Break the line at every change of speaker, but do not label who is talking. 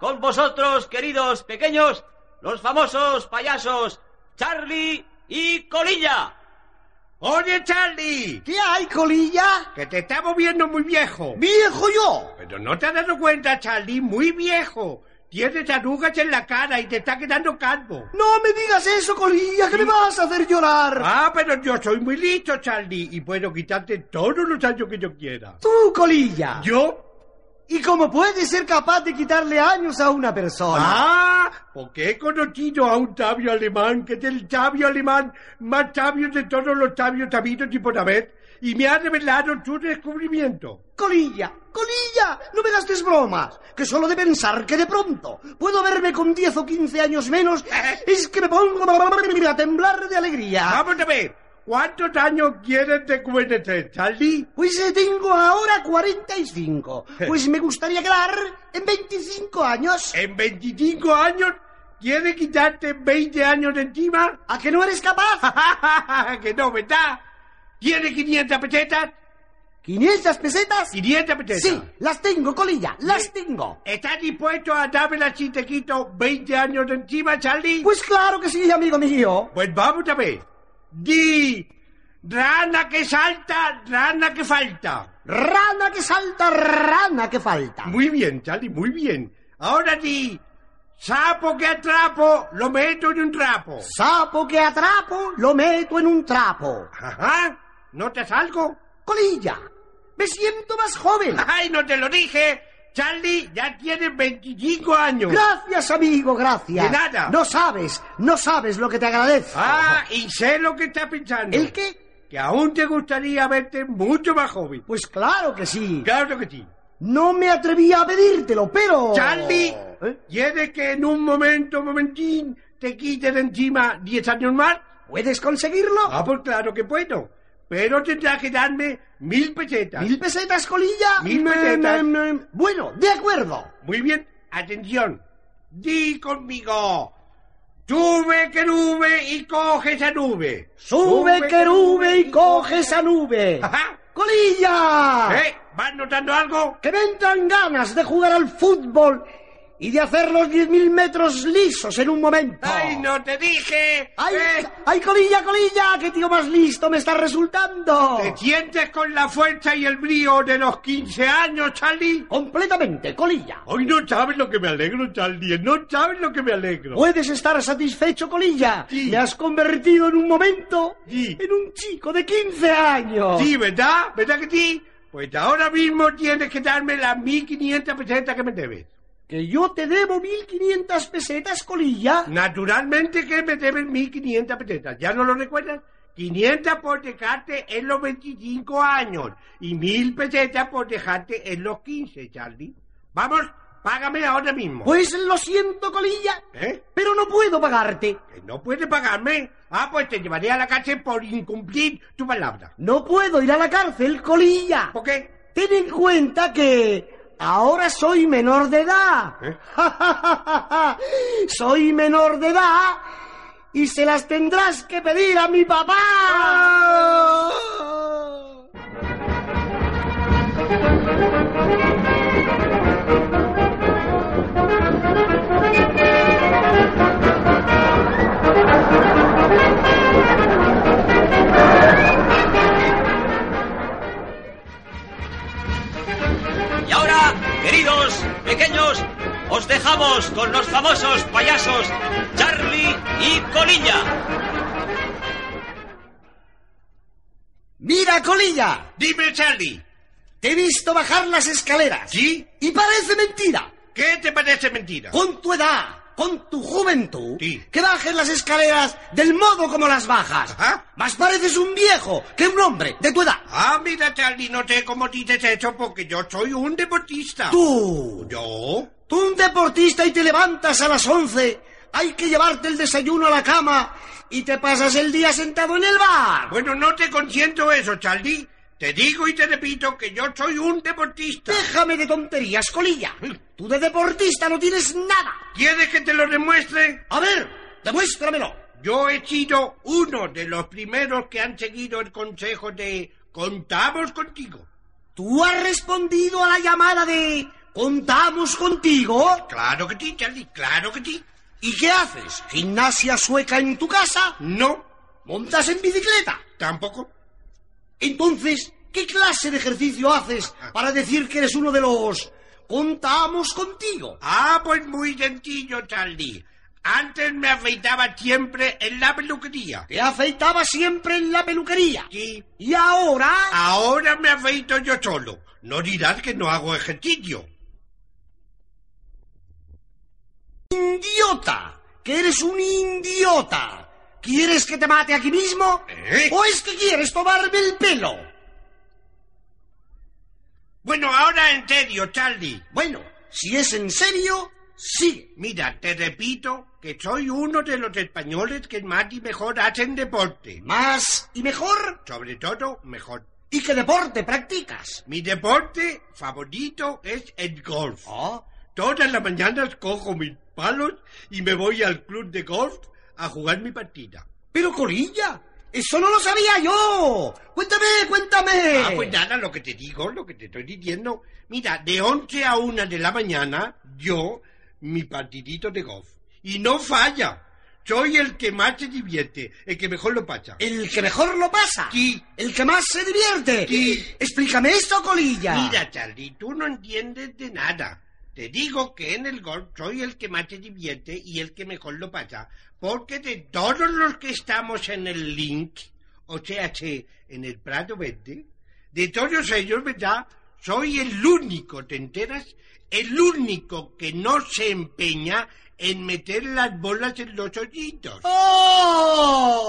vosotros, queridos pequeños, los famosos payasos Charlie y Colilla.
¡Oye, Charlie!
¿Qué hay, colilla?
¡Que te está moviendo muy viejo!
¡Viejo yo!
Pero no te has dado cuenta, Charlie, muy viejo. Tienes arrugas en la cara y te está quedando calvo.
No me digas eso, colilla, que me vas a hacer llorar.
Ah, pero yo soy muy listo, Charlie, y puedo quitarte todos los años que yo quiera.
Tú, colilla.
¿Yo?
¿Y cómo puedes ser capaz de quitarle años a una persona?
Ah, porque he conocido a un sabio alemán, que es el sabio alemán más sabio de todos los sabios sabidos y por haber, y me ha revelado su descubrimiento.
Colilla, colilla, no me gastes bromas, que solo de pensar que de pronto puedo verme con 10 o 15 años menos
Eh.
es que me pongo a temblar de alegría.
Vamos a ver, ¿cuántos años quieres de QNT, Charlie?
Pues eh, tengo ahora 45,
Eh.
pues me gustaría quedar en 25 años.
¿En 25 años quieres quitarte 20 años de encima?
¿A que no eres
Ah.
capaz?
que no, ¿verdad? ¿Tienes 500 pesetas?
¿500 pesetas?
500 pesetas.
Sí, las tengo, colilla,
Eh.
las tengo.
¿Estás dispuesto a dármela si te quito 20 años de encima, Charlie?
Pues claro que sí, amigo mío.
Pues vamos a ver. Di, rana que salta, rana que falta.
Rana que salta, rana que falta.
Muy bien, Charlie, muy bien. Ahora di, sapo que atrapo, lo meto en un trapo.
Sapo que atrapo, lo meto en un trapo.
Ajá, ¿no te salgo?
Colilla, me siento más joven.
Ay, no te lo dije. Charlie ya tiene 25 años.
Gracias, amigo,
De
gracias.
nada.
No sabes, no sabes lo que te agradezco.
Ah, y sé lo que está pensando.
¿El qué?
Que aún te gustaría verte mucho más joven.
Pues claro que sí.
Claro que sí.
No me atrevía a pedírtelo, pero...
Charlie,
Oh. ¿Eh?
¿quieres que en un momento, momentín, te quite de encima 10 años más?
¿Puedes conseguirlo?
Ah, pues claro que puedo. Pero tendrá que darme mil pesetas.
¿Mil pesetas, colilla?
Mil
Mm,
pesetas.
mm, mm. Bueno, de acuerdo.
Muy bien, atención. Di conmigo. Sube, que nube y coge esa nube.
Sube, querube y coge esa nube.
Ajá.
¡Colilla!
¿Eh? ¿Vas notando algo?
Que me entran ganas de jugar al fútbol y de hacer los 10.000 metros lisos en un momento.
¡Ay, no te dije!
¡Ay,
¿Eh?
ay, colilla, colilla! ¡Qué tío más listo me está resultando!
¿Te sientes con la fuerza y el brío de los 15 años, Charlie?
Completamente, colilla.
Hoy no sabes lo que me alegro, Charlie. No sabes lo que me alegro.
Puedes estar satisfecho, colilla.
Sí.
Me has convertido en un momento
Sí.
en un chico de 15 años.
Sí, ¿verdad? ¿Verdad que sí? Pues ahora mismo tienes que darme las 1500 pesetas que me debes.
Que yo te debo 1.500 pesetas, colilla.
Naturalmente que me debes 1500 pesetas. ¿Ya no lo recuerdas? 500 por dejarte en los 25 años y 1000 pesetas por dejarte en los 15, Charlie. Vamos, págame ahora mismo.
Pues lo siento, colilla.
¿Eh?
Pero no puedo pagarte.
¿Que no puedes pagarme? Ah, pues te llevaré a la cárcel por incumplir tu palabra.
No puedo ir a la cárcel, colilla.
¿Por qué?
Ten en cuenta que ahora soy menor de edad.
¿Eh?
soy menor de edad y se las tendrás que pedir a mi papá.
Y ahora, queridos pequeños, os dejamos con los famosos payasos Charlie y Colilla.
Mira, colilla,
Dime, Charlie.
te he visto bajar las escaleras.
¿Sí?
Y parece mentira.
¿Qué te parece mentira?
Con tu edad, con tu juventud,
Sí.
que bajes las escaleras del modo como las bajas.
Ajá.
Más pareces un viejo que un hombre de tu edad.
Ah, mira, Charlie, no sé cómo dices eso porque yo soy un deportista.
Tú,
¿Yo?
tú un deportista y te levantas a las 11, hay que llevarte el desayuno a la cama y te pasas el día sentado en el bar.
Bueno, no te consiento eso, Charlie. Te digo y te repito que yo soy un deportista.
Déjame de tonterías, colilla. Tú de deportista no tienes nada.
¿Quieres que te lo demuestre?
A ver, demuéstramelo.
Yo he sido uno de los primeros que han seguido el consejo de contamos contigo.
Tú has respondido a la llamada de ¿Contamos contigo?
Claro que sí, Charlie, claro que sí.
¿Y qué haces? ¿Gimnasia sueca en tu casa?
No,
¿Montas en bicicleta?
tampoco.
Entonces, ¿qué clase de ejercicio haces para decir que eres uno de los... Contamos contigo?
Ah, pues muy sencillo, Charlie. Antes me afeitaba siempre en la peluquería.
Te afeitaba siempre en la peluquería.
Sí,
Y ahora...
ahora me afeito yo solo. No dirás que no hago ejercicio.
¡Idiota! ¡Que eres un idiota! ¿Quieres que te mate aquí mismo?
¿Eh?
¿O es que quieres tomarme el pelo?
Bueno, ahora en serio, Charlie.
Bueno, si es en serio, sigue.
Mira, te repito que soy uno de los españoles que más y mejor hacen deporte.
Más y mejor.
Sobre todo, mejor.
¿Y qué deporte practicas?
Mi deporte favorito es el golf.
Oh,
Todas las mañanas cojo mis palos y me voy al club de golf a jugar mi partida.
pero Colilla, eso no lo sabía yo. Cuéntame, cuéntame.
Ah, pues nada, lo que te digo, lo que te estoy diciendo. Mira, de 11 a 1 de la mañana, yo, mi partidito de golf. Y no falla. Soy el que más se divierte, el que mejor lo pasa.
El que mejor lo pasa.
Sí.
El que más se divierte.
Sí.
Explícame esto, Colilla.
Mira, Charlie, tú no entiendes de nada. Te digo que en el golf soy el que más se divierte y el que mejor lo pasa, porque de todos los que estamos en el link, o sea, che, en el Prado Verde, de todos ellos, ¿verdad? Soy el único, ¿te enteras? El único que no se empeña en meter las bolas en los hoyitos.
¡Oh!